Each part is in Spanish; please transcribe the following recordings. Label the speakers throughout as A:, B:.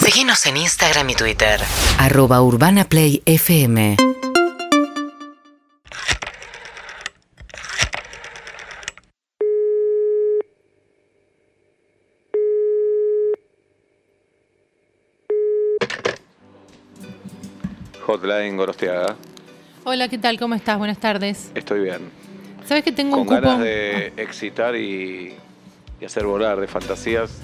A: Seguinos en Instagram y Twitter.
B: arroba urbanaplayfm
C: Hotline Gorostiaga.
D: Hola, ¿qué tal? ¿Cómo estás? Buenas tardes.
C: Estoy bien.
D: ¿Sabes que tengo
C: Con
D: un cupo?
C: ganas de excitar y, y hacer volar de fantasías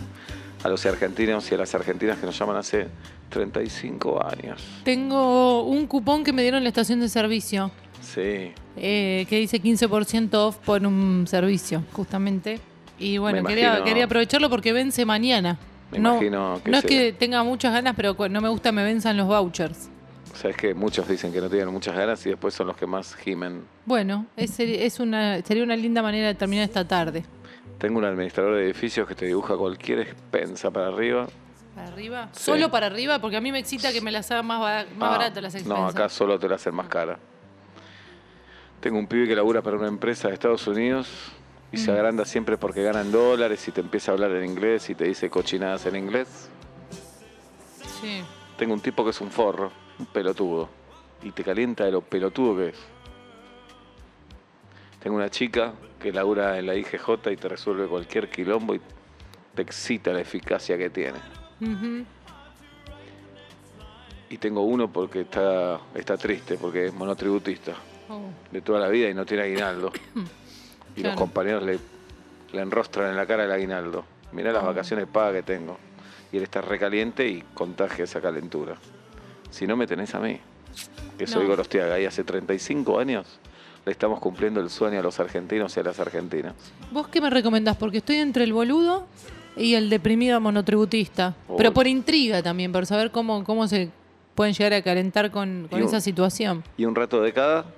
C: a los argentinos y a las argentinas que nos llaman hace 35 años.
D: Tengo un cupón que me dieron en la estación de servicio,
C: Sí.
D: eh, que dice 15% off por un servicio, justamente. Y bueno,
C: Me
D: quería,
C: imagino-
D: quería aprovecharlo porque vence mañana.
C: Me imagino que
D: no es
C: sí.
D: que tenga muchas ganas, pero cu- no me gusta me venzan los vouchers.
C: Sabes que muchos dicen que no tienen muchas ganas y después son los que más gimen.
D: Bueno, es, seri- es una, sería una linda manera de terminar esta tarde.
C: Tengo un administrador de edificios que te dibuja cualquier expensa para arriba.
D: ¿Para arriba?
C: Sí.
D: ¿Solo para arriba? Porque a mí me excita que me las hagan más, ba- más
C: Ah,
D: baratas las expensas.
C: No, acá solo te la hacen más cara. Tengo un pibe que labura para una empresa de Estados Unidos y
D: Mm.
C: se agranda siempre porque ganan dólares y te empieza a hablar en inglés y te dice cochinadas en inglés.
D: Sí.
C: Tengo un tipo que es un forro, un pelotudo, y te calienta de lo pelotudo que es. Tengo una chica que labura en la IGJ y te resuelve cualquier quilombo y te excita la eficacia que tiene.
D: Ujú.
C: Y tengo uno porque está, está triste, porque es monotributista.
D: Oh.
C: de toda la vida y no tiene aguinaldo. y los
D: Claro.
C: compañeros le, le enrostran en la cara el aguinaldo. Mirá
D: Ah.
C: las vacaciones pagas que tengo. Y él está recaliente y contagia esa calentura. Si no me tenés a mí, que soy
D: No.
C: Gorostiaga, y hace 35 años le estamos cumpliendo el sueño a los argentinos y a las argentinas.
D: ¿Vos qué me recomendás? Porque estoy entre el boludo y el deprimido monotributista.
C: Oh.
D: Pero por intriga también, por saber cómo, cómo se pueden llegar a calentar con, con
C: Y un-
D: esa situación.
C: Y un rato de cada.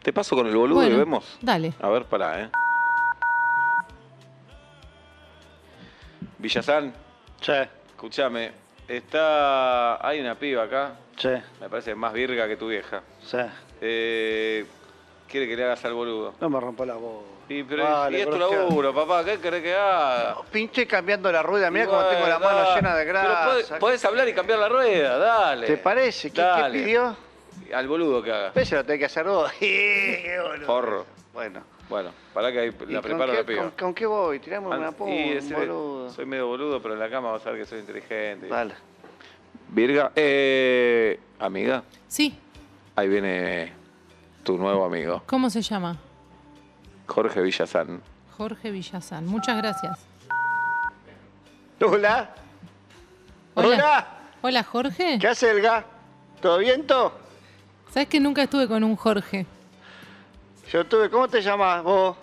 C: Te paso con el boludo y
D: Bueno,
C: vemos.
D: Dale.
C: A ver, pará, ¿eh? Villazán,
E: Che,
C: escúchame. Está. Hay una piba acá
E: che,
C: Me parece más virga que tu vieja.
E: che.
C: Eh, quiere que le hagas al boludo.
E: No me rompa la voz.
C: Y, pero,
E: Vale,
C: y es tu
E: Cristian.
C: laburo, papá, ¿qué querés que haga?
E: Pinché cambiando la rueda, mirá
C: Y
E: cómo
C: bueno,
E: tengo la mano
C: da-
E: llena de
C: Pero podés,
E: grasa.
C: podés hablar y cambiar la rueda, dale.
E: ¿Te parece? ¿Qué, qué
C: Dale.
E: pidió?
C: Al boludo que haga.
E: Pese lo tenés que hacer vos. Qué boludo.
C: Forro.
E: Bueno.
C: Bueno, pará que ahí
E: ¿Y
C: la
E: con
C: preparo
E: qué-
C: la piba.
E: Con, con qué voy? Tirame una
C: Ah,
E: pum,
C: y decirle,
E: boludo.
C: soy medio boludo, pero en la cama vas a ver que soy inteligente.
E: Dale.
C: Virga, eh, amiga,
D: Sí,
C: ahí viene tu nuevo amigo,
D: ¿cómo se llama?
C: Jorge Villazán.
D: Jorge Villazán. Muchas gracias.
E: Hola.
D: Hola.
E: Hola.
D: Hola, Jorge.
E: ¿Qué hace el ga? ¿Todo viento?
D: ¿Sabes que nunca estuve con un Jorge?
E: Yo tuve, ¿cómo te llamás vos?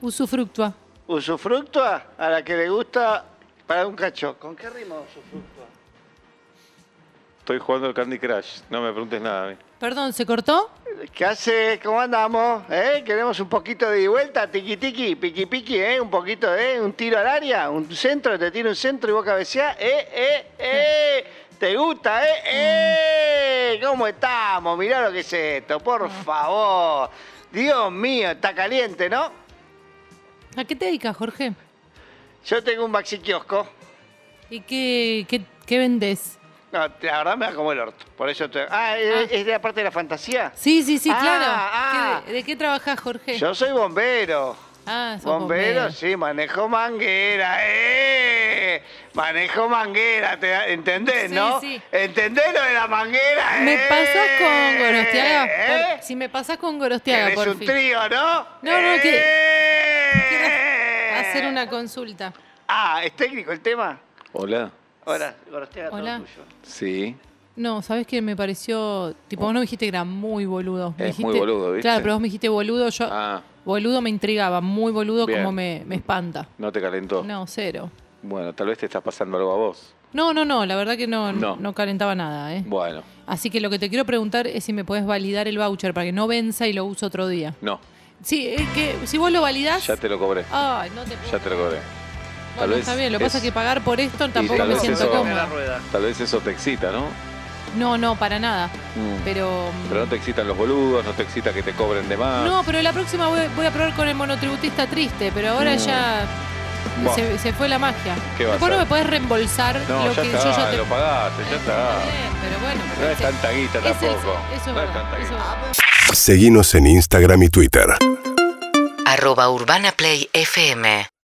D: Usufructua.
E: Usufructua, a la que le gusta para un cacho. ¿Con qué rima usufructua?
C: Estoy jugando el Candy Crush, no me preguntes nada a mí.
D: Perdón, ¿se cortó?
E: ¿Qué hace? ¿Cómo andamos? ¿Eh? ¿Queremos un poquito de vuelta? Tiqui tiqui, piqui piqui, ¿eh? Un poquito, ¿eh? Un tiro al área, un centro, te tira un centro y vos cabeceás. ¿Eh? ¿Eh? ¿Eh? ¿Te gusta? ¿Eh? ¿Eh? ¿Cómo estamos? Mirá lo que es esto, por favor. Dios mío, está caliente, ¿no?
D: ¿A qué te dedicas, Jorge?
E: Yo tengo un maxi kiosco.
D: ¿Y qué, qué, qué vendés?
E: No, la verdad me da como el orto. Por eso te... Ah, ¿es- ¿es de la parte de la fantasía?
D: Sí, sí, sí,
E: Ah,
D: claro.
E: ah.
D: ¿Qué- ¿De, qué trabajás, Jorge?
E: Yo soy bombero.
D: Ah, sos
E: Bombero, sí, manejo manguera, ¡eh! Manejo manguera, te- ¿entendés,
D: Sí,
E: no?
D: sí.
E: ¿Entendés lo de la manguera?
D: Me
E: ¡eh!
D: pasás con Gorostiaga. por-
E: ¿Eh?
D: si me pasás con Gorostiaga,
E: Tenés
D: por
E: un
D: fin.
E: trío, ¿no?
D: No, no, que-
E: ¡Eh!
D: Quiero hacer una consulta.
E: Ah, ¿es técnico el tema?
C: Hola.
E: Hola, Gorostiaga, todo
D: Hola.
E: tuyo.
C: Sí.
D: No, ¿sabes qué? Me pareció. Tipo, vos no me dijiste que era muy boludo. Me
C: Es
D: dijiste-
C: muy boludo, ¿viste?
D: Claro, pero vos me dijiste boludo. Yo.
C: Ah,
D: Boludo me intrigaba. Muy boludo,
C: Bien.
D: como me, me espanta.
C: no te calentó.
D: No, cero.
C: Bueno, tal vez te estás pasando algo a vos.
D: No, no, no. La verdad que no,
C: No.
D: no. calentaba nada, ¿eh?
C: Bueno,
D: Así que lo que te quiero preguntar es si me podés validar el voucher para que no venza y lo use otro día.
C: no,
D: Sí, es que si vos lo validás.
C: ya te lo cobré.
D: Ay, no te puedo.
C: Ya te lo cobré.
D: Bueno, está bien. Lo que pasa es que pagar por esto tampoco
C: tal
D: me
C: vez
D: siento
C: eso-
E: Mira la
D: cómoda.
E: rueda.
C: Tal vez eso te excita, ¿no?
D: No, no, para nada.
C: Mm.
D: Pero. mm,
C: Pero no te excitan los boludos, no te excita que te cobren de más.
D: No, pero la próxima voy, voy a probar con el monotributista triste, pero ahora
C: Mm.
D: ya.
C: Buah.
D: Se, se fue la magia.
C: ¿Qué va a
D: Después no
C: ser?
D: me puedes reembolsar
C: No,
D: lo
C: ya
D: que
C: está,
D: yo ya te.
C: lo pagaste, ya está.
D: bien, pero bueno.
C: No
D: pero
C: es tanta guita
D: es el-
C: tampoco.
D: Eso es
C: no es
D: verdad.
C: tanta
D: eso es
C: guita.
D: verdad.
F: Seguinos en Instagram y Twitter.
B: arroba Urbana Play FM